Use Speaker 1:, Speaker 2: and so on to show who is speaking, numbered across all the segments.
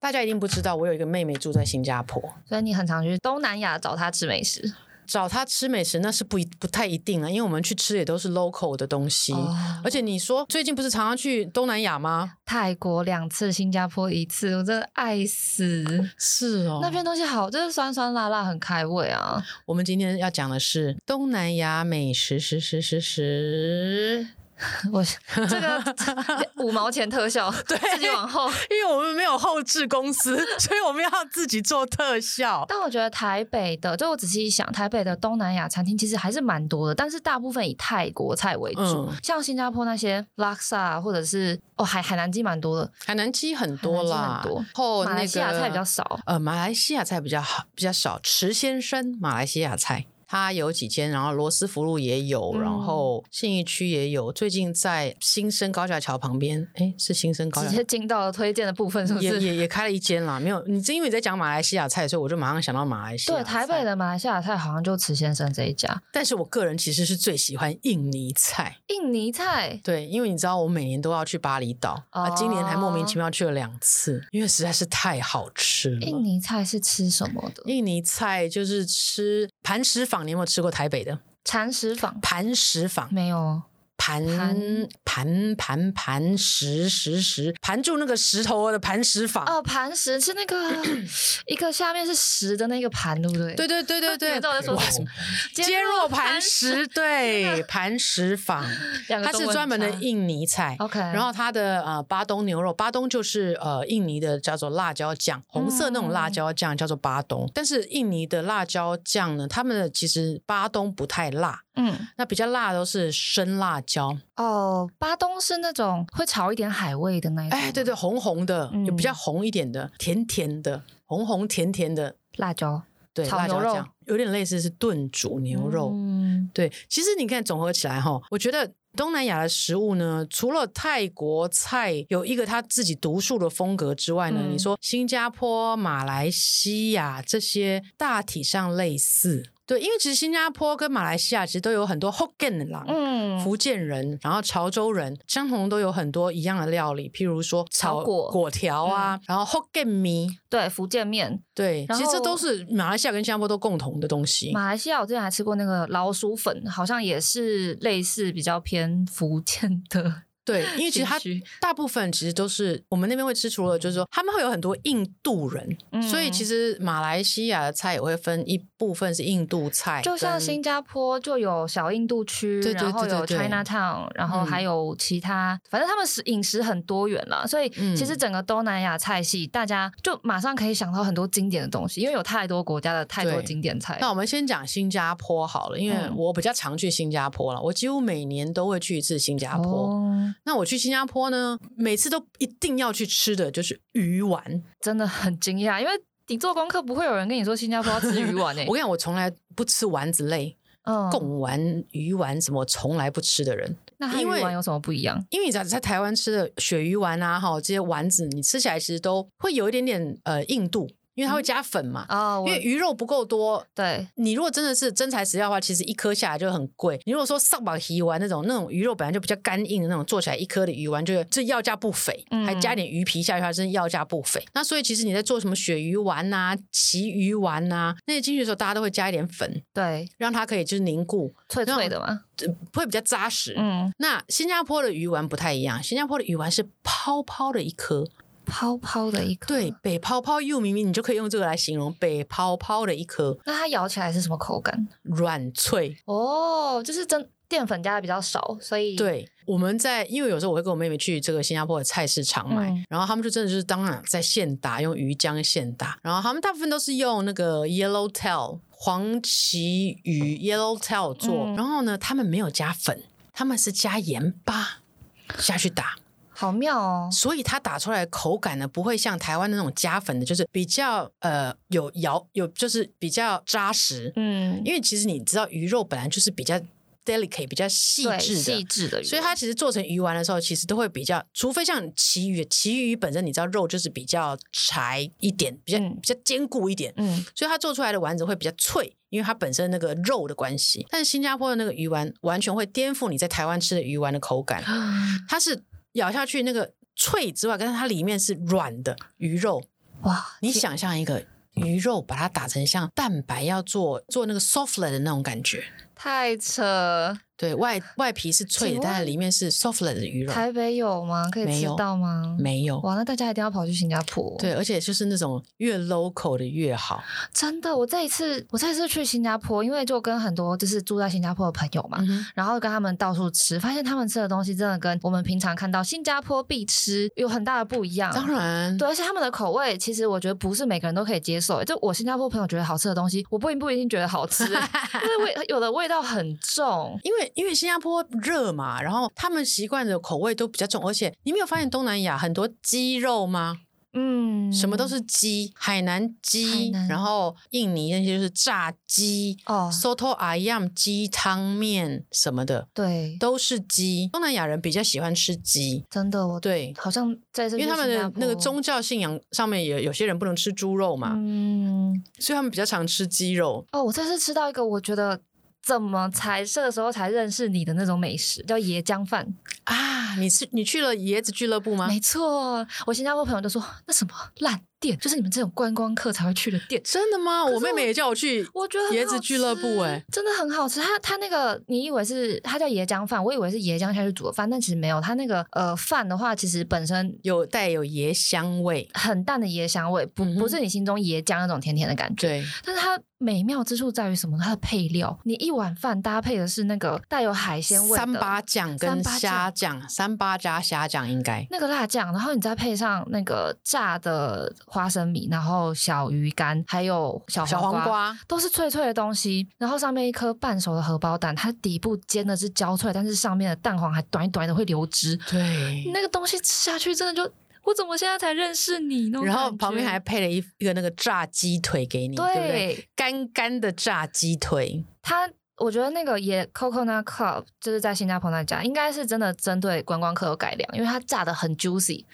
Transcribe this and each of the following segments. Speaker 1: 大家一定不知道，我有一个妹妹住在新加坡，
Speaker 2: 所以你很常去东南亚找他吃美食。
Speaker 1: 找她吃美食那是不一不太一定啊，因为我们去吃也都是 local 的东西。
Speaker 2: 哦
Speaker 1: 而且你说最近不是常常去东南亚吗？
Speaker 2: 泰国两次，新加坡一次，我真的爱死。
Speaker 1: 是哦
Speaker 2: 那边东西好，就是酸酸辣辣，很开胃啊。
Speaker 1: 我们今天要讲的是东南亚美食，食食食食。
Speaker 2: 我 这个五毛钱特效，对，自己往后。
Speaker 1: 因为我们没有后置公司， 所以我们要自己做特效。
Speaker 2: 但我觉得台北的，就我仔细一想，台北的东南亚餐厅其实还是蛮多的，但是大部分以泰国菜为主，
Speaker 1: 嗯
Speaker 2: 像新加坡那些拉萨或者是哦海海南鸡蛮多的，
Speaker 1: 海南鸡很多啦，
Speaker 2: 海南鸡很
Speaker 1: 后
Speaker 2: 马来
Speaker 1: 哦那
Speaker 2: 西亚
Speaker 1: 个
Speaker 2: 菜比较少。
Speaker 1: 呃，马来西亚菜比较好，比较少。池先生马来西亚菜，它有几间，然后罗斯福路也有，
Speaker 2: 嗯
Speaker 1: 然后信义区也有。最近在新生高架桥旁边，哎，是新生高
Speaker 2: 直
Speaker 1: 架桥
Speaker 2: 接。进到了推荐的部分，是不
Speaker 1: 也
Speaker 2: 是？
Speaker 1: 也也开了一间啦，没有你，因为你在讲马来西亚菜，所以我就马上想到马来西亚。
Speaker 2: 对，台北，的马来西亚菜好像就池先生这一家，
Speaker 1: 但是我个人其实是最喜欢印尼菜，
Speaker 2: 印尼菜
Speaker 1: 对，因为你知道我每年都要去巴厘岛，啊，今年还莫名其妙去了两次，因为实在是太好吃了。
Speaker 2: 印尼菜是吃什么的？
Speaker 1: 印尼菜就是吃磐石坊，你有没有吃过台北的
Speaker 2: 蚕食坊
Speaker 1: 磐石坊？
Speaker 2: 没有，哦
Speaker 1: 盘
Speaker 2: 盘
Speaker 1: 盘盘盘石石石盘住那个石头的磐石坊。
Speaker 2: 哦，磐石是那个 一个下面是石的那个盘，对不对？
Speaker 1: 对对对对
Speaker 2: 你
Speaker 1: 对，
Speaker 2: 们知道我在说
Speaker 1: 哇
Speaker 2: 什么吗？哦
Speaker 1: 坚若磐
Speaker 2: 石，
Speaker 1: 石，对磐石坊，
Speaker 2: 两个
Speaker 1: 它
Speaker 2: 都
Speaker 1: 是
Speaker 2: 问
Speaker 1: 专门的
Speaker 2: 他哦
Speaker 1: 印尼菜。
Speaker 2: OK，
Speaker 1: 然后它的呃巴东牛肉，巴东就是呃印尼的叫做辣椒
Speaker 2: 嗯
Speaker 1: 酱，红色那种辣椒酱叫做巴东。但是印尼的辣椒酱呢，他们的其实巴东不太辣，
Speaker 2: 嗯，
Speaker 1: 那比较辣的都是生辣椒。
Speaker 2: 哦，巴东是那种会炒一点海味的那一种，
Speaker 1: 哎，对对，，红红的，
Speaker 2: 嗯
Speaker 1: 有比较红一点的，甜甜的，红红甜甜的，
Speaker 2: 辣椒
Speaker 1: 对，
Speaker 2: 炒
Speaker 1: 辣椒
Speaker 2: 牛肉
Speaker 1: 酱有点类似是炖煮牛肉。
Speaker 2: 嗯，
Speaker 1: 对，其实你看总合起来哈，我觉得。东南亚的食物呢，除了泰国菜有一个它自己独树的风格之外呢，
Speaker 2: 嗯
Speaker 1: 你说新加坡、马来西亚这些大体上类似，对，因为其实新加坡跟马来西亚其实都有很多 Hokkien 郎，
Speaker 2: 嗯，
Speaker 1: 福建人，然后潮州人，相同都有很多一样的料理，譬如说
Speaker 2: 炒
Speaker 1: 炒
Speaker 2: 粿
Speaker 1: 粿条啊，然后 Hokkien 米，
Speaker 2: 对，福建面，
Speaker 1: 对，
Speaker 2: 嗯然
Speaker 1: 其
Speaker 2: 后
Speaker 1: 实这都是马来西亚跟新加坡都共同的东西。
Speaker 2: 马来西亚我之前还吃过那个老鼠粉，好像也是类似比较偏福建的，
Speaker 1: 对，因为 其实它
Speaker 2: 地区
Speaker 1: 大部分其实都是我们那边会吃，除了就是说他们会有很多印度人，
Speaker 2: 嗯
Speaker 1: 所以其实马来西亚的菜也会分一部分是印度菜，
Speaker 2: 就像
Speaker 1: 跟
Speaker 2: 新加坡就有小印度区，
Speaker 1: 对对
Speaker 2: 然后
Speaker 1: 对对
Speaker 2: 有
Speaker 1: 对
Speaker 2: China Town，然后
Speaker 1: 嗯
Speaker 2: 还有其他，反正他们食饮食很多元啦，所以
Speaker 1: 嗯
Speaker 2: 其实整个东南亚菜系，大家就马上可以想到很多经典的东西，因为有太多国家的太多
Speaker 1: 对
Speaker 2: 经典菜。
Speaker 1: 那我们先讲新加坡好了，因为
Speaker 2: 嗯
Speaker 1: 我比较常去新加坡了，我几乎每年都会去一次新加坡。
Speaker 2: 哦，
Speaker 1: 那我去新加坡呢，每次都一定要去吃的就是鱼丸。
Speaker 2: 真的很惊讶，因为你做功课不会有人跟你说新加坡要吃 鱼丸诶、
Speaker 1: 我跟你讲，我从来不吃丸子类，
Speaker 2: 嗯，
Speaker 1: 贡丸、鱼丸什么，我从来不吃的人。
Speaker 2: 那它鱼
Speaker 1: 因为
Speaker 2: 丸有什么不一样？
Speaker 1: 因为你在在台湾吃的鳕鱼丸啊，哈，这些丸子，你吃起来其实都会有一点点呃硬度，因为它会加粉嘛。
Speaker 2: 啊、我
Speaker 1: 因为鱼肉不够多，
Speaker 2: 对
Speaker 1: 你如果真的是真材实料的话，其实一颗下来就很贵。你如果说上把鱼丸那种，那种鱼肉本来就比较干硬的那种，做起来一颗的鱼丸就这要价不菲，
Speaker 2: 嗯
Speaker 1: 还加点鱼皮下去，它真的要价不菲。那所以其实你在做什么鳕鱼丸呐、旗鱼丸呐、那些进去的时候，大家都会加一点粉，
Speaker 2: 对，
Speaker 1: 让它可以就是凝固，
Speaker 2: 脆脆的嘛，
Speaker 1: 呃会比较扎实。
Speaker 2: 嗯，
Speaker 1: 那新加坡的鱼丸不太一样，新加坡的鱼丸是泡泡的一颗，
Speaker 2: 泡泡的一颗。
Speaker 1: 对，，北泡泡又明明你就可以用这个来形容北泡泡的一颗
Speaker 2: 那它咬起来是什么口感？
Speaker 1: 软脆，
Speaker 2: 哦，就是真淀粉加的比较少，所以，
Speaker 1: 对，我们在因为有时候我会跟我妹妹去这个新加坡的菜市场买，
Speaker 2: 嗯
Speaker 1: 然后他们就真的就是当然在现打，用鱼浆现打，然后他们大部分都是用那个 yellow tail 黄鳍鱼 yellow tail 做，
Speaker 2: 嗯
Speaker 1: 然后呢，他们没有加粉，他们是加盐巴下去打，
Speaker 2: 好妙哦。
Speaker 1: 所以它打出来的口感呢，不会像台湾的那种加粉的，就是比较呃有咬有就是比较扎实，
Speaker 2: 嗯，
Speaker 1: 因为其实你知道鱼肉本来就是比较 delicate 比较细
Speaker 2: 对
Speaker 1: 致的
Speaker 2: 细。致的鱼，
Speaker 1: 所以它其实做成鱼丸的时候，其实都会比较，除非像旗鱼，旗鱼本身你知道肉就是比较柴一点，比较、
Speaker 2: 嗯
Speaker 1: 比较坚固一点，
Speaker 2: 嗯，
Speaker 1: 所以它做出来的丸子会比较脆，因为它本身那个肉的关系。但是新加坡的那个鱼丸完全会颠覆你在台湾吃的鱼丸的口感，它是咬下去那个脆之外，但是它里面是软的鱼肉，
Speaker 2: 哇，
Speaker 1: 你想象一个鱼肉，把它打成像蛋白，要做做那个 softly 的那种感觉。
Speaker 2: 太扯！
Speaker 1: 对外外皮是脆的，
Speaker 2: 请问
Speaker 1: 但是里面是 softly 的鱼肉，
Speaker 2: 台北有吗？可以
Speaker 1: 没
Speaker 2: 吃
Speaker 1: 有
Speaker 2: 到吗？
Speaker 1: 没有。
Speaker 2: 哇，那大家一定要跑去新加坡。，
Speaker 1: 对，而且就是那种越 local 的越好。
Speaker 2: 真的，我这一次我这一次去新加坡，因为就跟很多就是住在新加坡的朋友嘛，
Speaker 1: 嗯
Speaker 2: 然后跟他们到处吃，发现他们吃的东西真的跟我们平常看到新加坡必吃有很大的不一样。
Speaker 1: 当然，
Speaker 2: 啊对，而且他们的口味其实我觉得不是每个人都可以接受。欸就我新加坡朋友觉得好吃的东西，我不一定不一定觉得好吃，欸因为味 有的味道很重。
Speaker 1: 因为因为新加坡热嘛，然后他们习惯的口味都比较重，而且你没有发现东南亚很多鸡肉吗？
Speaker 2: 嗯，
Speaker 1: 什么都是鸡，海南鸡，
Speaker 2: 海南
Speaker 1: 然后印尼那些就是炸鸡、
Speaker 2: 哦，
Speaker 1: soto ayam 鸡汤面什么的，
Speaker 2: 对，
Speaker 1: 都是鸡。东南亚人比较喜欢吃鸡，
Speaker 2: 真的我
Speaker 1: 对，
Speaker 2: 好像在这
Speaker 1: 因为他们的那个宗教信仰上面也有些人不能吃猪肉嘛，
Speaker 2: 嗯，
Speaker 1: 所以他们比较常吃鸡肉。
Speaker 2: 哦，我这次吃到一个我觉得怎么才这个时候才认识你的那种美食，叫椰浆饭。
Speaker 1: 啊，你是你去了椰子俱乐部吗？
Speaker 2: 没错，我新加坡朋友都说那什么烂店，就是你们这种观光客才会去的店。
Speaker 1: 真的吗？
Speaker 2: 是
Speaker 1: 我妹妹也叫我去，
Speaker 2: 我觉得很
Speaker 1: 椰
Speaker 2: 好
Speaker 1: 子俱乐部
Speaker 2: 吃
Speaker 1: 欸
Speaker 2: 真的很好吃。它它那个你以为是它叫椰浆饭，我以为是椰浆下去煮的饭，但其实没有。它那个呃饭的话，其实本身
Speaker 1: 有带有椰香味。
Speaker 2: 很淡的椰香味，不
Speaker 1: 嗯哼
Speaker 2: 不是你心中椰浆那种甜甜的感觉。
Speaker 1: 对，
Speaker 2: 但是它美妙之处在于什么呢？它的配料，你一碗饭搭配的是那个带有海鲜味的
Speaker 1: 三八酱跟
Speaker 2: 三八
Speaker 1: 虾酱，三八加虾酱应该。
Speaker 2: 那个辣酱，然后你再配上那个炸的花生米，然后小鱼干，还有小
Speaker 1: 小
Speaker 2: 黄瓜，
Speaker 1: 黄瓜，
Speaker 2: 都是脆脆的东西。然后上面一颗半熟的荷包蛋，它底部煎的是焦脆，但是上面的蛋黄还短一短的会流汁。
Speaker 1: 对。
Speaker 2: 那个东西吃下去真的就，我怎么现在才认识你呢？
Speaker 1: 然后旁边还配了一一个那个炸鸡腿给你，对不对？
Speaker 2: 对
Speaker 1: 干干的炸鸡腿，
Speaker 2: 它，我觉得那个也 Coconut Club 就是在新加坡那家，应该是真的针对观光客有改良，因为它炸的很 juicy。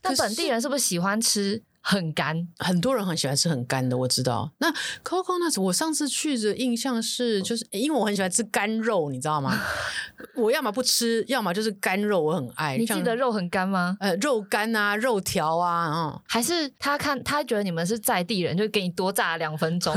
Speaker 2: 但
Speaker 1: 可
Speaker 2: 本地
Speaker 1: 是
Speaker 2: 人是不是喜欢吃很干？
Speaker 1: 很多人很喜欢吃很干的，我知道。那 Coco Nuts，我上次去的印象
Speaker 2: 嗯
Speaker 1: 是，就是因为我很喜欢吃干肉，你知道 吗？我要么不吃，要么就是干肉，我很爱。
Speaker 2: 你记
Speaker 1: 像
Speaker 2: 得肉很干吗？
Speaker 1: 呃肉干啊、肉条啊，嗯。
Speaker 2: 还是他看他觉得你们是在地人，就给你多炸两分钟。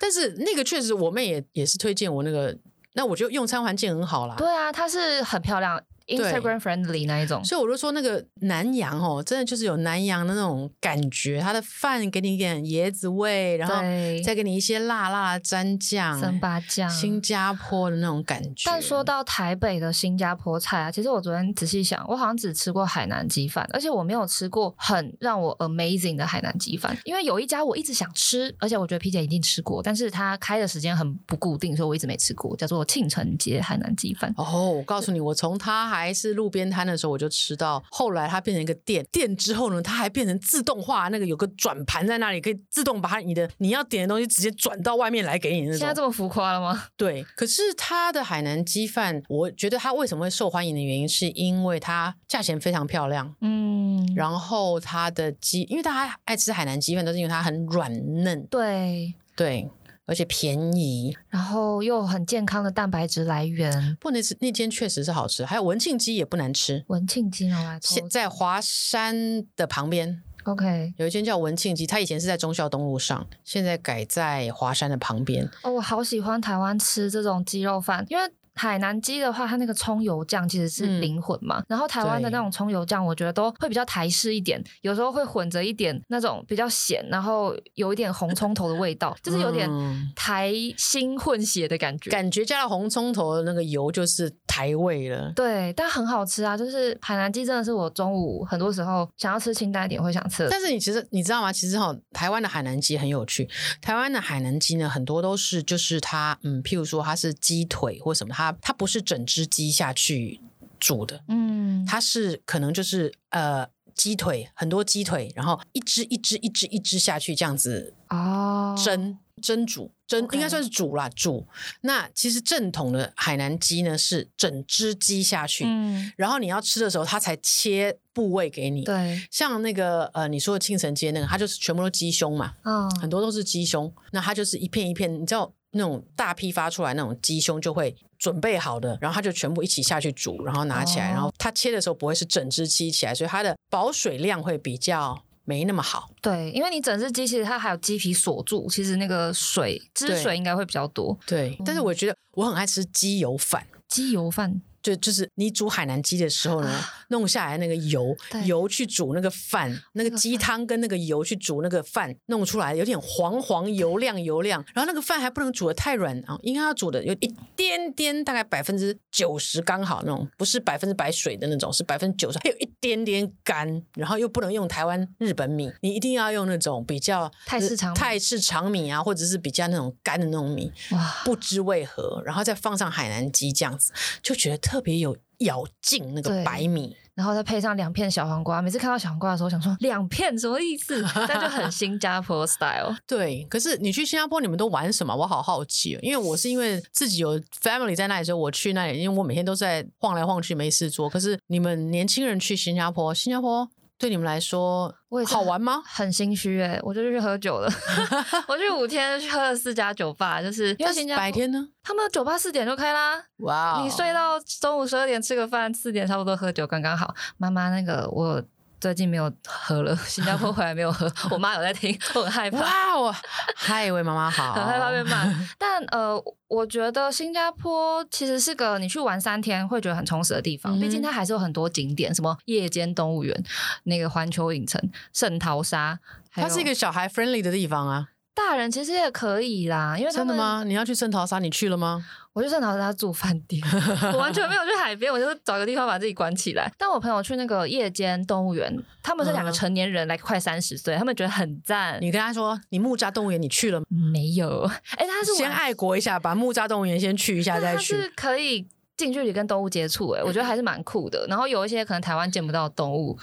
Speaker 1: 但是那个确实，我妹也也是推荐我那个，那我觉得用餐环境很好啦。
Speaker 2: 对啊，它是很漂亮，Instagram friendly 那一种。
Speaker 1: 所以我就说，那个南洋哦，真的就是有南洋的那种感觉，它的饭给你一点椰子味，然后
Speaker 2: 对，
Speaker 1: 再给你一些辣辣的蘸酱，
Speaker 2: 三八酱。
Speaker 1: 新加坡的那种感觉。
Speaker 2: 但说到台北的新加坡菜啊，其实我昨天仔细想，我好像只吃过海南鸡饭，而且我没有吃过很让我 amazing 的海南鸡饭，因为有一家我一直想吃，而且我觉得 P 姐一定吃过，但是它开的时间很不固定，所以我一直没吃过，叫做庆城街海南鸡饭。
Speaker 1: 哦，我告诉你，我从它还是路边摊的时候，我就吃到，后来它变成一个店，店之后呢，它还变成自动化，那个有个转盘在那里，可以自动把它你的你要点的东西直接转到外面来给你那
Speaker 2: 现在
Speaker 1: 种。
Speaker 2: 这么浮夸了吗？
Speaker 1: 对，可是它的海南鸡饭，我觉得它为什么会受欢迎的原因，是因为它价钱非常漂亮，
Speaker 2: 嗯，
Speaker 1: 然后它的鸡，因为大家爱吃海南鸡饭，都是因为它很软嫩，
Speaker 2: 对，
Speaker 1: 对，而且便宜。
Speaker 2: 然后又很健康的蛋白质来源。
Speaker 1: 不能吃那间确实是好吃，还有文庆鸡也不难吃。
Speaker 2: 文庆鸡肉来
Speaker 1: 现
Speaker 2: 偷
Speaker 1: 在华山的旁边
Speaker 2: ，OK，
Speaker 1: 有一间叫文庆鸡，它以前是在忠孝东路上，现在改在华山的旁边。
Speaker 2: 哦，我好喜欢台湾吃这种鸡肉饭，因为。海南鸡的话，它那个葱油酱其实是
Speaker 1: 嗯
Speaker 2: 灵魂嘛，然后台湾的
Speaker 1: 对
Speaker 2: 那种葱油酱，我觉得都会比较台式一点，有时候会混着一点那种比较咸，然后有一点红葱头的味道，就是有点
Speaker 1: 嗯
Speaker 2: 台新混血的感觉。
Speaker 1: 感觉加了红葱头的那个油就是台味了。
Speaker 2: 对，但很好吃啊！就是海南鸡真的是我中午很多时候想要吃清淡一点会想吃的
Speaker 1: 但是你其实你知道吗？其实哈、台湾的海南鸡很有趣。台湾的海南鸡呢，很多都是就是它，嗯，譬如说它是鸡腿或什么，它它不是整只鸡下去煮的，
Speaker 2: 嗯，
Speaker 1: 它是可能就是呃鸡腿，很多鸡腿，然后一只一只一只一只下去这样子
Speaker 2: 哦，
Speaker 1: 蒸、蒸煮蒸
Speaker 2: OK
Speaker 1: 应该算是煮啦煮。那其实正统的海南鸡呢是整只鸡下去，
Speaker 2: 嗯，
Speaker 1: 然后你要吃的时候它才切部位给你。
Speaker 2: 对，
Speaker 1: 像那个呃，你说的庆城街那个，它就是全部都鸡胸嘛，
Speaker 2: 嗯，
Speaker 1: 很多都是鸡胸，那它就是一片一片，你知道那种大批发出来那种鸡胸就会准备好的，然后它就全部一起下去煮，然后拿起来，
Speaker 2: 哦
Speaker 1: 然后它切的时候不会是整只鸡起来，所以它的保水量会比较没那么好。
Speaker 2: 对，因为你整只鸡其实它还有鸡皮锁住，其实那个水汁
Speaker 1: 对
Speaker 2: 水应该会比较多。
Speaker 1: 对，但是我觉得我很爱吃鸡油饭。
Speaker 2: 鸡油饭
Speaker 1: 就就是你煮海南鸡的时候呢，弄下来那个油
Speaker 2: 啊对，
Speaker 1: 油去煮那个饭，那个
Speaker 2: 个
Speaker 1: 鸡
Speaker 2: 饭
Speaker 1: 汤跟那个油去煮那个饭，弄出来有点黄黄油亮油亮，然后那个饭还不能煮的太软啊，应该要煮的有一点点，大概百分之九十刚好那种，不是百分之百水的那种，是百分之九十，还有一点点干，然后又不能用台湾日本米，你一定要用那种比较
Speaker 2: 泰式长米
Speaker 1: 泰式长米啊，或者是比较那种干的那种米，
Speaker 2: 哇，
Speaker 1: 不知为何，然后再放上海南鸡这样子，就觉得特别有咬劲那个
Speaker 2: 对
Speaker 1: 白米。
Speaker 2: 然后再配上两片小黄瓜，每次看到小黄瓜的时候，想说两片什么意思？但就很新加坡 style。
Speaker 1: 对，可是你去新加坡，你们都玩什么？我好好奇、哦，因为我是因为自己有 family 在那里的时候，我去那里，因为我每天都在晃来晃去，没事做。可是你们年轻人去新加坡，新加坡对你们来说
Speaker 2: 我也是
Speaker 1: 好玩 吗？
Speaker 2: 很心虚哎、我就去喝酒 了。我去五天去喝了四家酒吧，就是因为新加坡
Speaker 1: 白天哦呢？
Speaker 2: 他们的酒吧四点就开啦，
Speaker 1: 哇、
Speaker 2: 你睡到中午十二点吃个饭，四点差不多喝酒刚刚好。妈妈那个我最近没有喝了，新加坡回来没有喝，我妈有在听，我很害怕。
Speaker 1: 哇哦！ 嗨，喂，妈妈好，
Speaker 2: 很害怕被骂。
Speaker 1: 哦
Speaker 2: 但呃，我觉得新加坡其实是个你去玩三天会觉得很充实的地方，毕
Speaker 1: 嗯
Speaker 2: 竟
Speaker 1: 哼
Speaker 2: 它还是有很多景点，什么夜间动物园、那个环球影城、圣淘沙，还有
Speaker 1: 它是一个小孩 friendly 的地方啊，
Speaker 2: 大人其实也可以啦，因为他
Speaker 1: 真的
Speaker 2: 们？
Speaker 1: 吗？你要去圣淘沙，你去了吗？
Speaker 2: 我就在拿他住饭店，我完全没有去海边，我就是找个地方把自己关起来。但我朋友去那个夜间动物园，他们是两
Speaker 1: 嗯
Speaker 2: 个成年人，来快三十岁，他们觉得很赞。
Speaker 1: 你跟他说你木栅动物园你去了吗
Speaker 2: 没有，哎、他是晚
Speaker 1: 先爱国一下，把木栅动物园先去一下
Speaker 2: 但
Speaker 1: 再
Speaker 2: 它是
Speaker 1: 去。
Speaker 2: 可以近距离跟动物接触，哎，我觉得还是蛮酷的。然后有一些可能台湾见不到的动物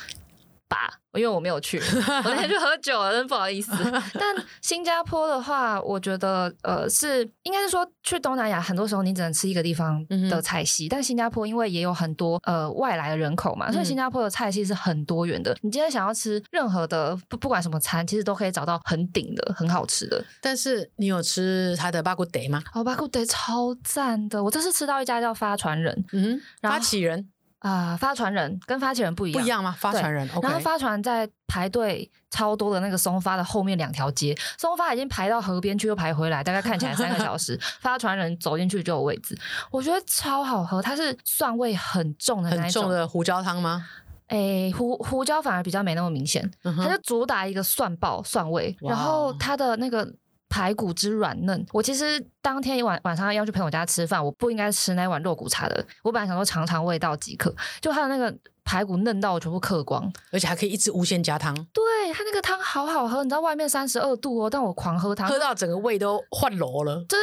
Speaker 2: 吧，因为我没有去，我那天去喝酒了，真不好意 思。但新加坡的话，我觉得呃是应该是说去东南亚，很多时候你只能吃一个地方
Speaker 1: 嗯哼
Speaker 2: 的菜系，但新加坡因为也有很多呃外来的人口嘛，所以
Speaker 1: 嗯
Speaker 2: 新加坡的菜系是很多元的。你今天想要吃任何的不不管什么餐，其实都可以找到很顶的、很好吃的。
Speaker 1: 但是你有吃它的巴古德吗？
Speaker 2: 哦，巴古德超赞的！我这次吃到一家叫发传人，
Speaker 1: 嗯，
Speaker 2: 然
Speaker 1: 发
Speaker 2: 后
Speaker 1: 起人
Speaker 2: 啊、发传人跟发起人不一
Speaker 1: 不
Speaker 2: 样，
Speaker 1: 一样吗？发传人
Speaker 2: 然后
Speaker 1: ，OK，
Speaker 2: 发传在排队超多的那个松发的后面两条街，松发已经排到河边去又排回来，大概看起来三个小时。 发传人走进去就有位置，我觉得超好喝，它是蒜味很重的那
Speaker 1: 很
Speaker 2: 一
Speaker 1: 重
Speaker 2: 种。
Speaker 1: 的胡椒汤吗？
Speaker 2: 诶，胡胡椒反而比较没那么明显，
Speaker 1: 嗯
Speaker 2: 它
Speaker 1: 哼
Speaker 2: 就主打一个蒜爆蒜味，
Speaker 1: 哇
Speaker 2: 然后它的那个。排骨之软嫩，我其实当天晚晚上要去朋友家吃饭，我不应该吃那碗肉骨茶的。我本来想说尝尝味道即可，就它的那个排骨嫩到我全部嗑光。
Speaker 1: 而且还可以一直无限加汤，
Speaker 2: 对，它那个汤好好喝，你知道外面三十二度哦，但我狂喝汤，
Speaker 1: 喝到整个胃都换瘆了。
Speaker 2: 就是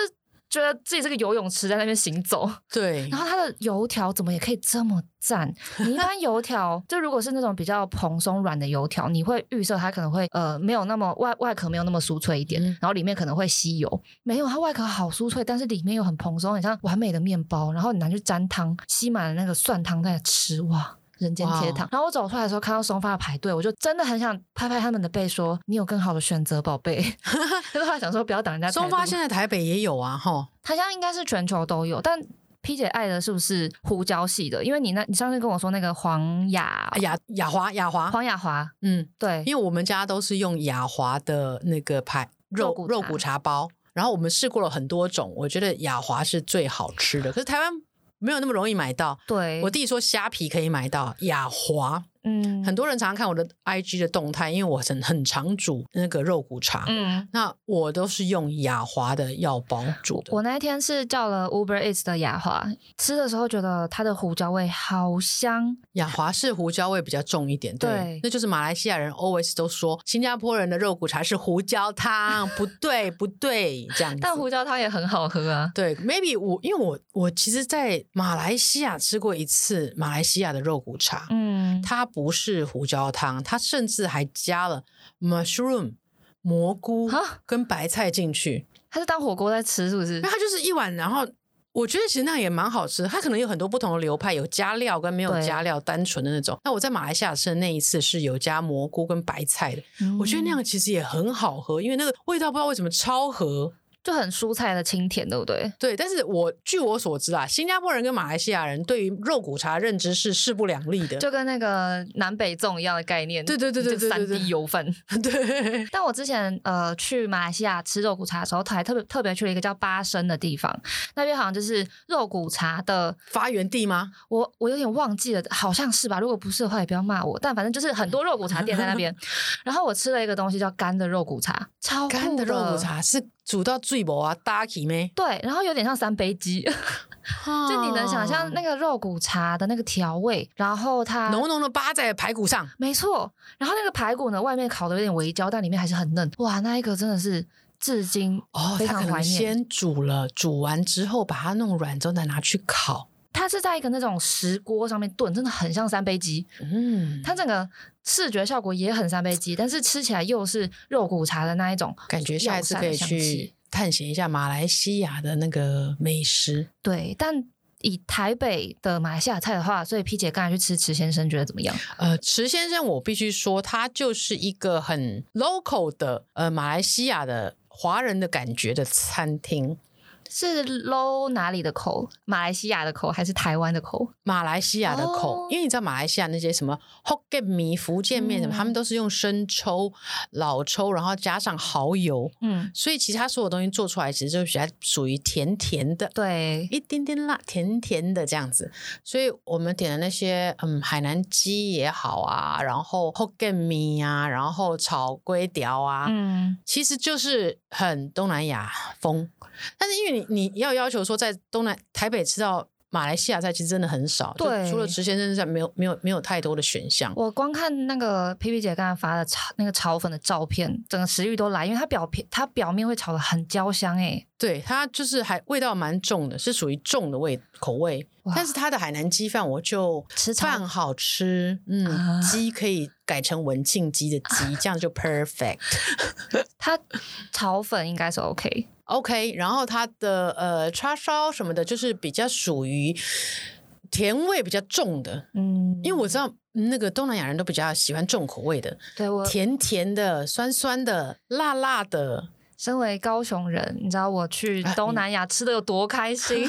Speaker 2: 觉得自己这个游泳池在那边行走。
Speaker 1: 对
Speaker 2: 然，后它的油条怎么也可以这么 赞？你一般油条 就如果是那种比较蓬松软的油条，你会预设它可能会呃没有那么外外壳没有那么酥脆一点，
Speaker 1: 嗯
Speaker 2: 然后里面可能会吸油。没有，它外壳好酥脆，但是里面又很蓬松，很像完美的面包。然后你拿去沾汤，吸满了那个蒜汤在吃，哇！人间天堂。然后我走出来的时候，看到松发的排队，我就真的很想拍拍他们的背，说：“你有更好的选择，宝贝。” 就是后来想说，不要挡人家。
Speaker 1: 松发现在台北也有啊，哈，
Speaker 2: 它现在应该是全球都有，但 P 姐爱的是不是胡椒系的？因为你那，你上次跟我说那个黄雅、
Speaker 1: 啊雅雅华雅华，
Speaker 2: 黄雅华，
Speaker 1: 嗯，
Speaker 2: 对，
Speaker 1: 哎因为我们家都是用雅华的那个排
Speaker 2: 肉
Speaker 1: 肉
Speaker 2: 骨
Speaker 1: 肉
Speaker 2: 茶
Speaker 1: 骨茶包，然后我们试过了很多种，我觉得雅华是最好吃的，可是台湾没有那么容易买到。
Speaker 2: 对，
Speaker 1: 我弟说虾皮可以买到雅华，
Speaker 2: 嗯
Speaker 1: 很多人常常看我的 IG 的动态，因为我很很常煮那个肉骨茶。
Speaker 2: 嗯。
Speaker 1: 那我都是用雅华的药包煮的，
Speaker 2: 我那一天是叫了 Uber Eats 的雅华，吃的时候觉得它的胡椒味好香，
Speaker 1: 雅华是胡椒味比较重一点，对，
Speaker 2: 对
Speaker 1: 那就是马来西亚人 always 都说新加坡人的肉骨茶是胡椒汤，不对不对，这样子。
Speaker 2: 但胡椒汤也很好喝啊。
Speaker 1: 对，maybe 我因为我我其实，在马来西亚吃过一次马来西亚的肉骨茶，
Speaker 2: 嗯，
Speaker 1: 它不是胡椒汤，它甚至还加了 mushroom 蘑菇
Speaker 2: 啊
Speaker 1: 跟白菜进去，
Speaker 2: 它是当火锅在吃，是不是
Speaker 1: 那？它就是一碗，然后。我觉得其实那样也蛮好吃，它可能有很多不同的流派，有加料跟没有
Speaker 2: 对
Speaker 1: 加料，单纯的那种。那我在马来西亚吃的那一次是有加嗯
Speaker 2: 嗯
Speaker 1: 蘑菇跟白菜的，我觉得那样其实也很好喝，因为那个味道不知道为什么超合。
Speaker 2: 就很蔬菜的清甜，对不对？
Speaker 1: 对，但是我据我所知啊，新加坡人跟马来西亚人对于肉骨茶认知是势不两立的。
Speaker 2: 就跟那个南北粽一样的概念，
Speaker 1: 对对对对对对
Speaker 2: 三
Speaker 1: 对
Speaker 2: D 油饭。
Speaker 1: 对，
Speaker 2: 但我之前呃去马来西亚吃肉骨茶的时候，还特别特别去了一个叫巴生的地方，那边好像就是肉骨茶的，
Speaker 1: 发源地吗？
Speaker 2: 我我有点忘记了，好像是吧？如果不是的话，也不要骂我。但反正就是很多肉骨茶店在那 边，然后我吃了一个东西叫干的肉骨茶，超酷
Speaker 1: 干的肉骨。茶是煮到最薄啊，搭起咩？
Speaker 2: 对，然后有点像三杯鸡，
Speaker 1: 哦
Speaker 2: 就
Speaker 1: 就
Speaker 2: 你能想象那个肉骨茶的那个调味，然后它
Speaker 1: 浓浓的扒在排骨上，
Speaker 2: 没错，然后那个排骨呢，外面烤的有点微焦，但里面还是很嫩。哇，那一个真的是至今
Speaker 1: 哦，
Speaker 2: 非
Speaker 1: 它
Speaker 2: 常
Speaker 1: 可
Speaker 2: 怀
Speaker 1: 能
Speaker 2: 念。
Speaker 1: 先煮了，煮完之后把它弄软之后再拿去烤。
Speaker 2: 它是在一个那种石锅上面炖，真的很像三杯鸡。
Speaker 1: 嗯，
Speaker 2: 它整个视觉效果也很三杯鸡，但是吃起来又是肉骨茶的那一种
Speaker 1: 感觉下一次可以
Speaker 2: 药膳的香气
Speaker 1: 去探险一下马来西亚的那个美食。
Speaker 2: 对，但。以台北的马来西亚菜的话，所以 P 姐刚才去吃池先生，觉得怎么样？
Speaker 1: 呃，池先生，我必须说，他就是一个很 local 的呃马来西亚的华人的感觉的餐厅，
Speaker 2: 是 low 哪里的口？马来西亚的口还是台湾的口？
Speaker 1: 马来西亚的口，
Speaker 2: 哦
Speaker 1: 因为你知道马来西亚那些什么 Hokkien 米、福建面什么，
Speaker 2: 嗯
Speaker 1: 他们都是用生抽、老抽，然后加上蚝油，
Speaker 2: 嗯，
Speaker 1: 所以其他所有东西做出来其实就比较属于甜甜的。
Speaker 2: 对，
Speaker 1: 一点点辣，甜甜的这样子。所以我们点的那些，嗯，海南鸡也好啊，然后 Hokkien 米啊，然后炒龟条啊，
Speaker 2: 嗯，
Speaker 1: 其实就是很东南亚风。但是因为你你要要求说在东南台北吃到。马来西亚菜其实真的很少，就
Speaker 2: 对
Speaker 1: 除了池先生之外，没有没有没有太多的选项。
Speaker 2: 我光看那个 P P 姐刚才发的炒那个炒粉的照片，整个食欲都来，因为它表片它表面会炒的很焦香哎、
Speaker 1: 对，它就是还味道蛮重的，是属于重的味口味
Speaker 2: 哇。
Speaker 1: 但是它的海南鸡饭我就
Speaker 2: 吃超
Speaker 1: 饭好吃，嗯，
Speaker 2: 啊
Speaker 1: 鸡可以改成文庆鸡的鸡，这样就 perfect。
Speaker 2: 它炒粉应该是 OK，
Speaker 1: OK，然后它的呃叉烧什么的，就是比较属于甜味比较重的，
Speaker 2: 嗯，
Speaker 1: 因为我知道那个东南亚人都比较喜欢重口味的，
Speaker 2: 对我
Speaker 1: 甜甜的、酸酸的、辣辣的。
Speaker 2: 身为高雄人，你知道我去
Speaker 1: 啊
Speaker 2: 东
Speaker 1: 你
Speaker 2: 南亚吃的有多 开心，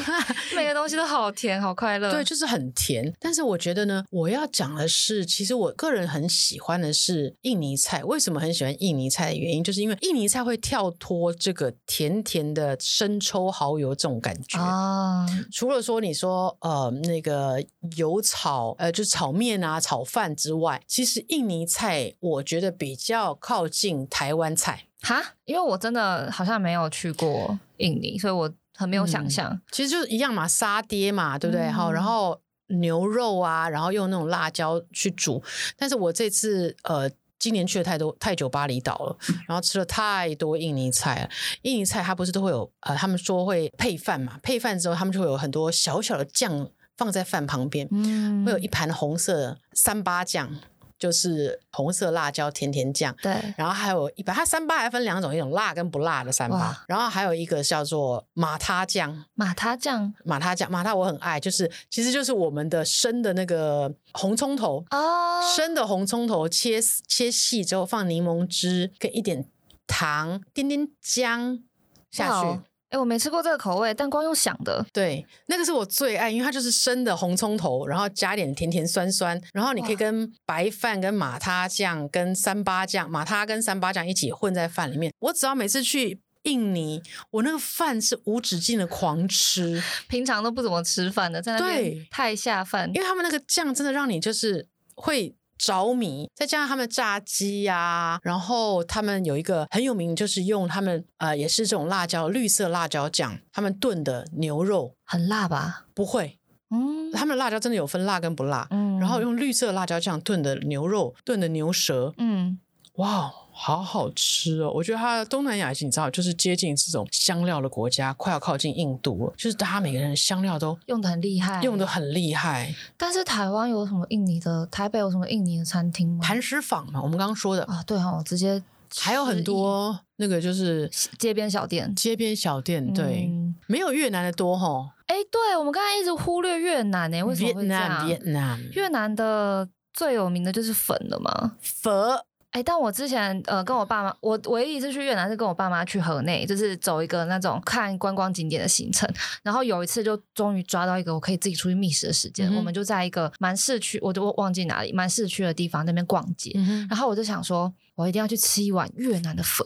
Speaker 2: 每个东西都好甜，好快乐。
Speaker 1: 对，就是很甜。但是我觉得呢，我要讲的是，其实我个人很喜欢的是印尼菜。为什么很喜欢印尼菜的原因，就是因为印尼菜会跳脱这个甜甜的生抽、蚝油这种感觉。
Speaker 2: 啊，
Speaker 1: 除了说你说呃那个油炒呃就是炒面啊炒饭之外，其实印尼菜我觉得比较靠近台湾菜。
Speaker 2: 哈，因为我真的好像没有去过印尼，所以我很没有想
Speaker 1: 嗯
Speaker 2: 象。
Speaker 1: 其实就是一样嘛，沙爹嘛，对不对？
Speaker 2: 嗯
Speaker 1: 好、然后牛肉啊，然后用那种辣椒去煮。但是我这次呃，今年去了太多太久巴厘岛了，然后吃了太多印尼菜了。印尼菜它不是都会有呃，他们说会配饭嘛，配饭之后他们就会有很多小小的酱放在饭旁边，
Speaker 2: 嗯
Speaker 1: 会有一盘红色的三八酱，就是红色辣椒甜甜酱。
Speaker 2: 对
Speaker 1: 然后还有一把，它三八还分两种，一种辣跟不辣的三八
Speaker 2: 哇，
Speaker 1: 然后还有一个叫做马他酱，
Speaker 2: 马他酱
Speaker 1: 马他酱，马他我很爱，就是其实就是我们的生的那个红葱头，
Speaker 2: 哦，
Speaker 1: 生的红葱头切丝切细之后放柠檬汁跟一点糖，点点姜下
Speaker 2: 哇
Speaker 1: 去
Speaker 2: 哦。哎、我没吃过这个口味，但光用想的，
Speaker 1: 对，那个是我最爱，因为它就是生的红葱头，然后加一点甜甜酸酸，然后你可以
Speaker 2: 哇
Speaker 1: 跟白饭、跟马他酱、跟三八酱、马他跟三八酱一起混在饭里面。我只要每次去印尼，我那个饭是无止境的狂吃。
Speaker 2: 平常都不怎么吃饭的，在那
Speaker 1: 对
Speaker 2: 边太下饭
Speaker 1: 因。为他们那个酱真的让你就是会着迷，再加上他们炸鸡呀、然后他们有一个很有名，就是用他们呃也是这种辣椒绿色辣椒酱，他们炖的牛肉
Speaker 2: 很辣吧？
Speaker 1: 不会，
Speaker 2: 嗯
Speaker 1: 他们的辣椒真的有分辣跟不辣，
Speaker 2: 嗯
Speaker 1: 然后用绿色辣椒酱炖的牛肉炖的牛舌，
Speaker 2: 嗯，
Speaker 1: 哇，哦好好吃哦！我觉得它东南亚你知道，就是接近这种香料的国家，快要靠近印度了，就是大家每个人的香料都
Speaker 2: 用的很厉害，
Speaker 1: 用的。很厉害。
Speaker 2: 但是台湾有什么印尼的？台北有什么印尼的餐厅吗？
Speaker 1: 磐石坊嘛，我们刚刚说的，
Speaker 2: 啊，对哦，直接
Speaker 1: 还有很多那个就是
Speaker 2: 街边小店。
Speaker 1: 街边小店，对，
Speaker 2: 嗯
Speaker 1: 没有越南的多吼。
Speaker 2: 哎、对我们刚才一直忽略越南呢、为什么会这样？
Speaker 1: 越南
Speaker 2: 越南的最有名的就是粉了嘛，
Speaker 1: 佛
Speaker 2: 哎，但我之前呃跟我爸妈，我唯一一次去越南是跟我爸妈去河内，就是走一个那种看观光景点的行程。然后有一次就终于抓到一个我可以自己出去觅食的时
Speaker 1: 嗯
Speaker 2: 间，
Speaker 1: 哼
Speaker 2: 我们就在一个蛮市区，我都忘记哪里，蛮市区的地方那边逛街。
Speaker 1: 嗯哼，
Speaker 2: 然后我就想说，我一定要去吃一碗越南的粉。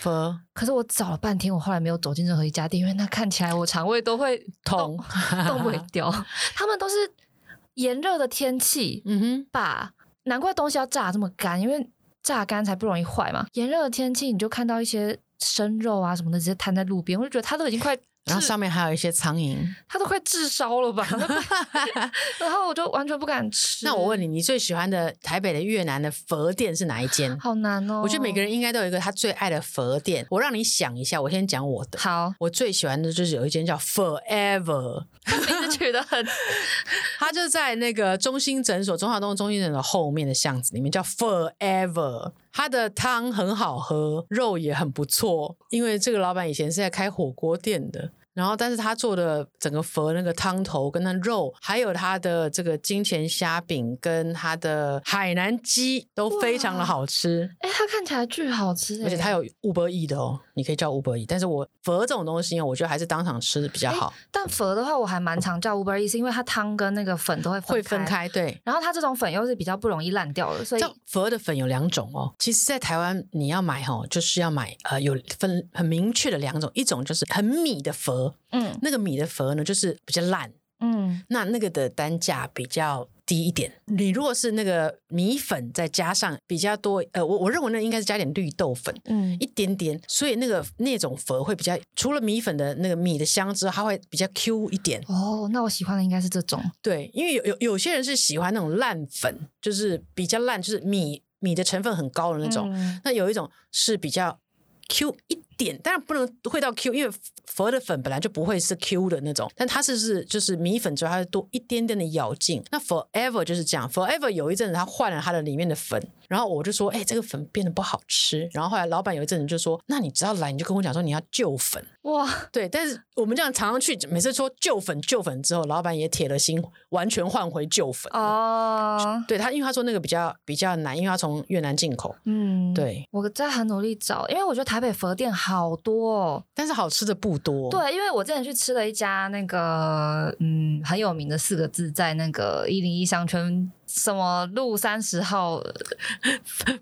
Speaker 1: 佛
Speaker 2: 可是我找了半天，我后来没有走进任何一家店，因为那看起来我肠胃都会
Speaker 1: 痛，
Speaker 2: 哦冻不会掉。 他们都是炎热的天气
Speaker 1: 嗯哼，
Speaker 2: 吧，难怪东西要炸这么干，因为榨干才不容易坏嘛。炎热的天气，你就看到一些生肉啊什么的直接摊在路边，我就觉得它都已经快。
Speaker 1: 然后上面还有一些苍蝇。
Speaker 2: 它都快炙烧了 吧？然后我就完全不敢吃。
Speaker 1: 那我问
Speaker 2: 你，
Speaker 1: 你，你最喜欢的台北的越南的佛店是哪一间？
Speaker 2: 好难哦。
Speaker 1: 我觉得每个人应该都有一个他最爱的佛店。我让你想一下，我先讲我的。
Speaker 2: 好，
Speaker 1: 我最喜欢的就是有一间叫 Forever，
Speaker 2: 名字取得很
Speaker 1: 它就在那个中心诊所、中华东中心诊所后面的巷子里面，叫 Forever。它的汤很好喝，肉也很不错，因为这个老板以前是在开火锅店的。然后，但是他做的整个佛那个汤头跟那肉，还有他的这个金钱虾饼跟他的海南鸡都非常的好吃。
Speaker 2: 哎、它看起来巨好吃、欸，
Speaker 1: 而且它有五百亿的哦，你可以叫五百亿。但是我佛这种东西哦，我觉得还是当场吃的比较好，
Speaker 2: 但粉的话，我还蛮常叫 Uber Eats，因为它汤跟那个粉都会
Speaker 1: 哦会分。开。对，
Speaker 2: 然后它这种粉又是比较不容易烂掉的，所以
Speaker 1: 像佛的粉有两种哦。其实，在台湾你要买哦，就是要买呃有分很明确的两种，一种就是很米的佛，
Speaker 2: 嗯
Speaker 1: 那个米的佛呢就是比较烂，
Speaker 2: 嗯
Speaker 1: 那那个的单价比较。低一点，你如果是那个米粉再加上比较多，呃，我我认为那应该是加点绿豆粉，
Speaker 2: 嗯
Speaker 1: 一点点，所以那个那种粉会比较，除了米粉的那个米的香之后，它会比较 Q 一点。
Speaker 2: 哦，那我喜欢的应该是这种，
Speaker 1: 对，因为有有有些人是喜欢那种烂粉，就是比较烂，就是米米的成分很高的那种。
Speaker 2: 嗯
Speaker 1: 那有一种是比较 Q 一点，但不能会到 Q，因为佛的粉本来就不会是 Q 的那种，但它是是就是米粉之后，它会多一点点的咬劲。那 Forever 就是这样，Forever 有一阵子它换了它的里面的粉，然后我就说，哎、这个粉变得不好吃。然后后来老板有一阵子就说，那你只要来你就跟我讲说你要旧粉，
Speaker 2: 哇，
Speaker 1: 对。但是我们这样常常去，每次说旧粉旧粉之后，老板也铁了心完全换回旧粉。
Speaker 2: 哦，
Speaker 1: 对他，因为他说那个比较比较难，因为他从越南进口。
Speaker 2: 嗯，。
Speaker 1: 对，
Speaker 2: 我在很努力找，因为我觉得台北佛店好多哦。
Speaker 1: 但是好吃的不多。
Speaker 2: 对，因为我之前去吃了一家那个嗯很有名的四个字，在那个一零一商圈什么路三十号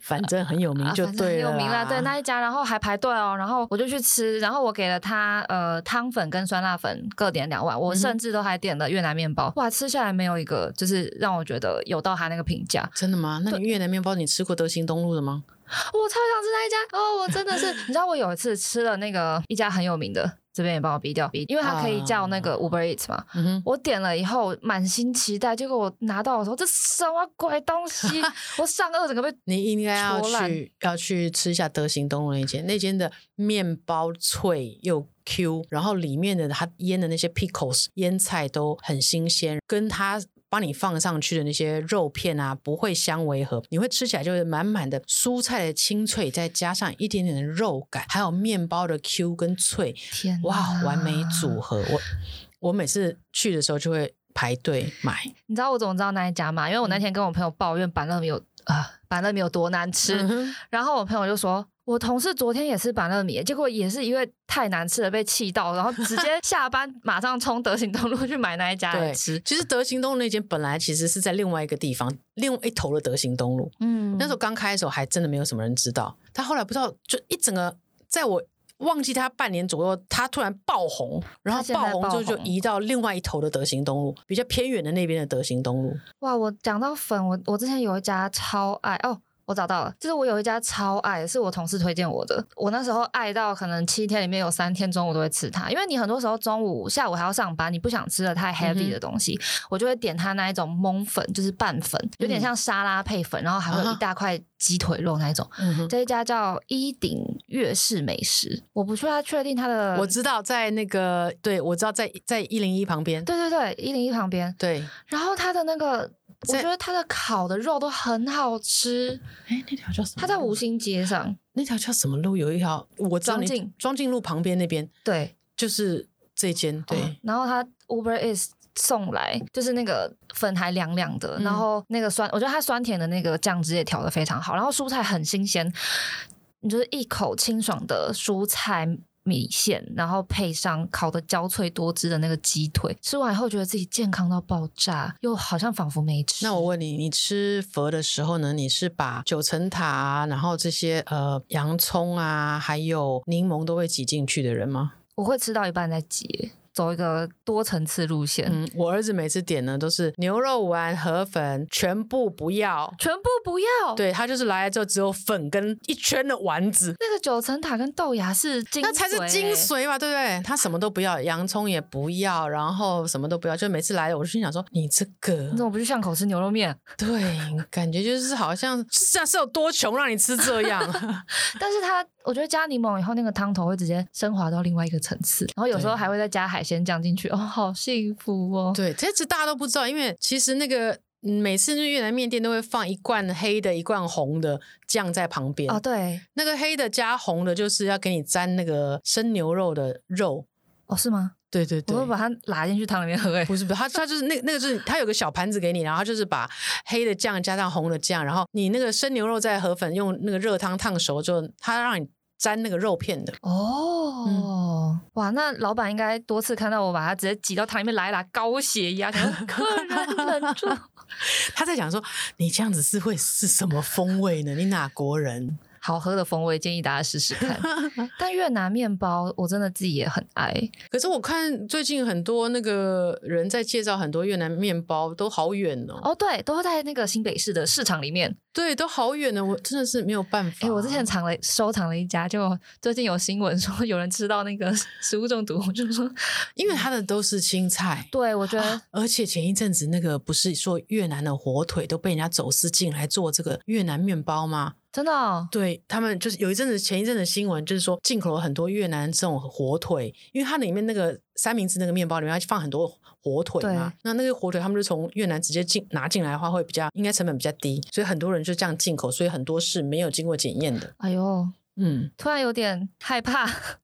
Speaker 1: 反正很有名
Speaker 2: 啊，
Speaker 1: 就
Speaker 2: 反正很
Speaker 1: 对了
Speaker 2: 有
Speaker 1: 啦、
Speaker 2: 名了，对那一家，然后还排队哦，然后我就去吃，然后我给了他呃汤粉跟酸辣粉各点两碗，我
Speaker 1: 嗯哼
Speaker 2: 甚至都还点了越南面包，哇，吃下来没有一个就是让我觉得有到他那个评价，
Speaker 1: 真的吗？那你越南面包你吃过德兴东路的吗？
Speaker 2: 我超想吃那一家哦，我真的是，你知道我有一次吃了那个一家很有名的，这边也帮我逼掉逼，因为它可以叫那个 Uber Eats 嘛，
Speaker 1: 嗯哼，
Speaker 2: 我点了以后满心期待，结果我拿到的时候，这什么鬼东 西？我上颚整个被
Speaker 1: 你应该要
Speaker 2: 戳烂
Speaker 1: 去要去吃一下德兴东路那间，那间的面包脆又 Q，然后里面的它腌的那些 pickles 腌菜都很新鲜，跟它。帮你放上去的那些肉片啊，不会相违和，你会吃起来就是满满的蔬菜的清脆，再加上一点点的肉感，还有面包的 Q 跟脆，
Speaker 2: 天
Speaker 1: 哇，
Speaker 2: 哪
Speaker 1: 完美组合！我我每次去的时候就会排队买，
Speaker 2: 你知道我怎么知道那一家吗？因为我那
Speaker 1: 嗯
Speaker 2: 天跟我朋友抱怨板乐米有啊、板乐米有多难吃，
Speaker 1: 嗯哼
Speaker 2: 然后我朋友就说。我同事昨天也吃板乐米，结果也是因为太难吃了被气到，然后直接 下班马上冲德行东路去买那一家来
Speaker 1: 对，
Speaker 2: 吃。
Speaker 1: 其实德行东路那间本来其实是在另外一个地方，另外一头的德行东路。
Speaker 2: 嗯
Speaker 1: 那时候刚开的时候还真的没有什么人知道，他后来不知道就一整个，在我忘记他半年左右，他突然爆红，然后
Speaker 2: 他现
Speaker 1: 爆
Speaker 2: 在
Speaker 1: 红之后
Speaker 2: 爆
Speaker 1: 就
Speaker 2: 红
Speaker 1: 移到另外一头的德行东路，比较偏远的那边的德行东路。
Speaker 2: 哇，我讲到粉，我我之前有一家超爱哦。我找到了，就是我有一家超爱，是我同事推荐我的。我那时候爱到可能七天里面有三天中午都会吃它，因为你很多时候中午、下午还要上班，你不想吃的太
Speaker 1: 嗯
Speaker 2: heavy
Speaker 1: 哼
Speaker 2: 的东西，我就会点它那一种蒙粉，就是拌粉，有点
Speaker 1: 嗯
Speaker 2: 像沙拉配粉，然后还会有
Speaker 1: 啊
Speaker 2: 一
Speaker 1: 哈
Speaker 2: 大块鸡腿肉那一种。
Speaker 1: 嗯哼，
Speaker 2: 这一家叫一鼎粤式美食，我不确确定它的，
Speaker 1: 我知道在那个，对我知道在在一零一旁边，
Speaker 2: 对对对，一零一旁边，
Speaker 1: 对，
Speaker 2: 然后它的那个，我
Speaker 1: 在
Speaker 2: 觉得它的烤的肉都很好吃。
Speaker 1: 哎，那条叫什么路？
Speaker 2: 它在五星街上，
Speaker 1: 那条叫什么路？有一条我知道
Speaker 2: 庄
Speaker 1: 你
Speaker 2: 敬
Speaker 1: 庄敬路旁边那边
Speaker 2: 对
Speaker 1: 就是这间，对。
Speaker 2: 哦哦然后它 Uber is 送来，就是那个粉还凉凉的，
Speaker 1: 嗯
Speaker 2: 然后那个酸，我觉得它酸甜的那个酱汁也调的非常好，然后蔬菜很新鲜，你就是一口清爽的蔬菜。米线，然后配上烤的焦脆多汁的那个鸡腿，吃完以后觉得自己健康到爆炸，又好像仿佛没吃。
Speaker 1: 那我问你，你吃佛的时候呢，你是把九层塔、啊，然后这些呃洋葱啊，还有柠檬都会挤进去的人吗？
Speaker 2: 我会吃到一半再结，走一个多层次路线，
Speaker 1: 嗯，我儿子每次点呢都是牛肉丸、河粉，全部不要。
Speaker 2: 全部不要。，
Speaker 1: 对他就是来了之后只有粉跟一圈的丸子，
Speaker 2: 那个九层塔跟豆芽是精髓欸、
Speaker 1: 那才是精髓吧，对不对？他什么都不要，洋葱也不要，然后什么都不要，就每次来了我就心想说，你这个
Speaker 2: 你怎么不去巷口吃牛肉面？
Speaker 1: 对，感觉就是好像像 是有多穷让你吃这样，啊
Speaker 2: 但是它，我觉得加柠檬以后，那个汤头会直接升华到另外一个层次，然后有时候
Speaker 1: 对
Speaker 2: 还会再加海鲜酱进去，哦，好幸福哦！
Speaker 1: 对，这次大家都不知道，因为其实那个嗯每次去越南面店都会放一罐黑的，一罐红的酱在旁边。
Speaker 2: 哦，对，
Speaker 1: 那个黑的加红的，就是要给你沾那个生牛肉的肉。
Speaker 2: 哦，是吗？
Speaker 1: 对对对
Speaker 2: 我，会把它拉进去汤里面喝、欸，
Speaker 1: 不是不是，它它就是那那个就是它有个小盘子给你，然后就是把黑的酱加上红的酱，然后你那个生牛肉在河粉用那个热汤烫熟之后，它让你沾那个肉片的。
Speaker 2: 哦，
Speaker 1: 嗯
Speaker 2: 哇，那老板应该多次看到我把它直接挤到汤里面来一拉，高血压，想 说客人忍住。
Speaker 1: 他在讲说你这样子是会是什么风味呢？你哪国人？
Speaker 2: 好喝的风味，建议大家试 试看。但越南面包我真的自己也很爱，
Speaker 1: 可是我看最近很多那个人在介绍很多越南面包，都好远哦。
Speaker 2: 哦，对，都会在那个新北市的市场里面。
Speaker 1: 对，都好远呢，我真的是没有办法。
Speaker 2: 哎、我之前藏了收藏了一家，就 最近有新闻说有人吃到那个食 物中毒，我就说，啊
Speaker 1: 因为它的都是青菜。
Speaker 2: 对我觉得
Speaker 1: 而且前一阵子那个不是说越南的火腿都被人家走私进来做这个越南面包吗？
Speaker 2: 真的、哦，
Speaker 1: 对他们就是有一阵子前一阵子新闻就是说进口了很多越南这种火腿，因为它里面那个三明治那个面包里面要放很多火腿嘛
Speaker 2: 对，
Speaker 1: 那那个火腿他们就从越南直接进拿进来的话会比较应该成本比较低，所以很多人就这样进口，所以很多是没有经过检验的。
Speaker 2: 哎呦，
Speaker 1: 嗯，
Speaker 2: 突然有点害怕，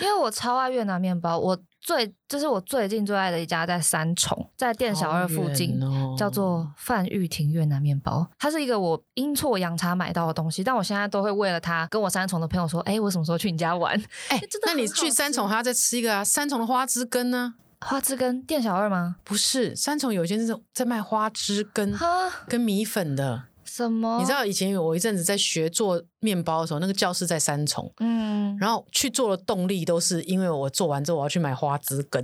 Speaker 2: 因为我超爱越南面包，我最就是我最近最爱的一家在三重，在店小二附近。
Speaker 1: 好远哦
Speaker 2: 叫做范玉婷越南面包，它是一个我阴错阳差买到的东西，但我现在都会为了它跟我三重的朋友说，哎、我什么时候去你家玩？
Speaker 1: 哎、
Speaker 2: 真的
Speaker 1: 那你
Speaker 2: 很好
Speaker 1: 去三重
Speaker 2: 吃
Speaker 1: 还要再吃一个啊？三重的花枝羹呢、
Speaker 2: 花枝跟店小二吗？
Speaker 1: 不是，三重有一间是在卖花枝羹
Speaker 2: 哈，哦
Speaker 1: 跟米粉的。
Speaker 2: 什么？
Speaker 1: 你知？道以前我一阵子在学做面包的时候，那个教室在三重，
Speaker 2: 嗯，
Speaker 1: 然后去做的动力都是因为我做完之后我要去买花枝羹。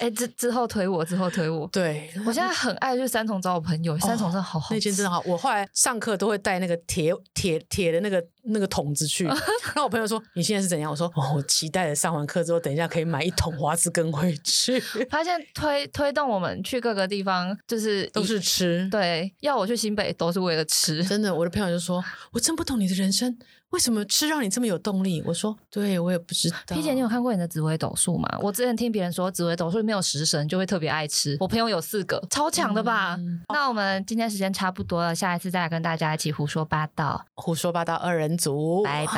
Speaker 2: 哎、之之后推我，之后推我。
Speaker 1: 对，啊哦
Speaker 2: 我现在很爱去三重找我朋友，三重真的好好吃、
Speaker 1: 那间真的好，我后来上课都会带那个铁铁铁的那个那个桶子 去。然后我朋友说：“你现在是怎样？”我说：“哦，我期待着上完课之后，等一下可以买一桶花枝羹回 去，
Speaker 2: 发现推推动我们去各个地方，就是
Speaker 1: 都
Speaker 2: 以
Speaker 1: 是吃。”
Speaker 2: 对，要我去新北都是为了吃。
Speaker 1: 真的，我的朋友就说：“我真不懂你的人生，为什么吃让你这么有动力？”我说：“对我也不知道。”
Speaker 2: 皮姐，你有看过你的紫微斗数吗？我之前听别人说紫微斗数里面有食神，就会特别爱吃。我朋友有四个，超强的吧？
Speaker 1: 嗯
Speaker 2: 那我们今天时间差不多了，下一次再来跟大家一起胡说八道，
Speaker 1: 胡说八道二人组，
Speaker 2: 拜拜，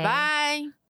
Speaker 1: 拜拜。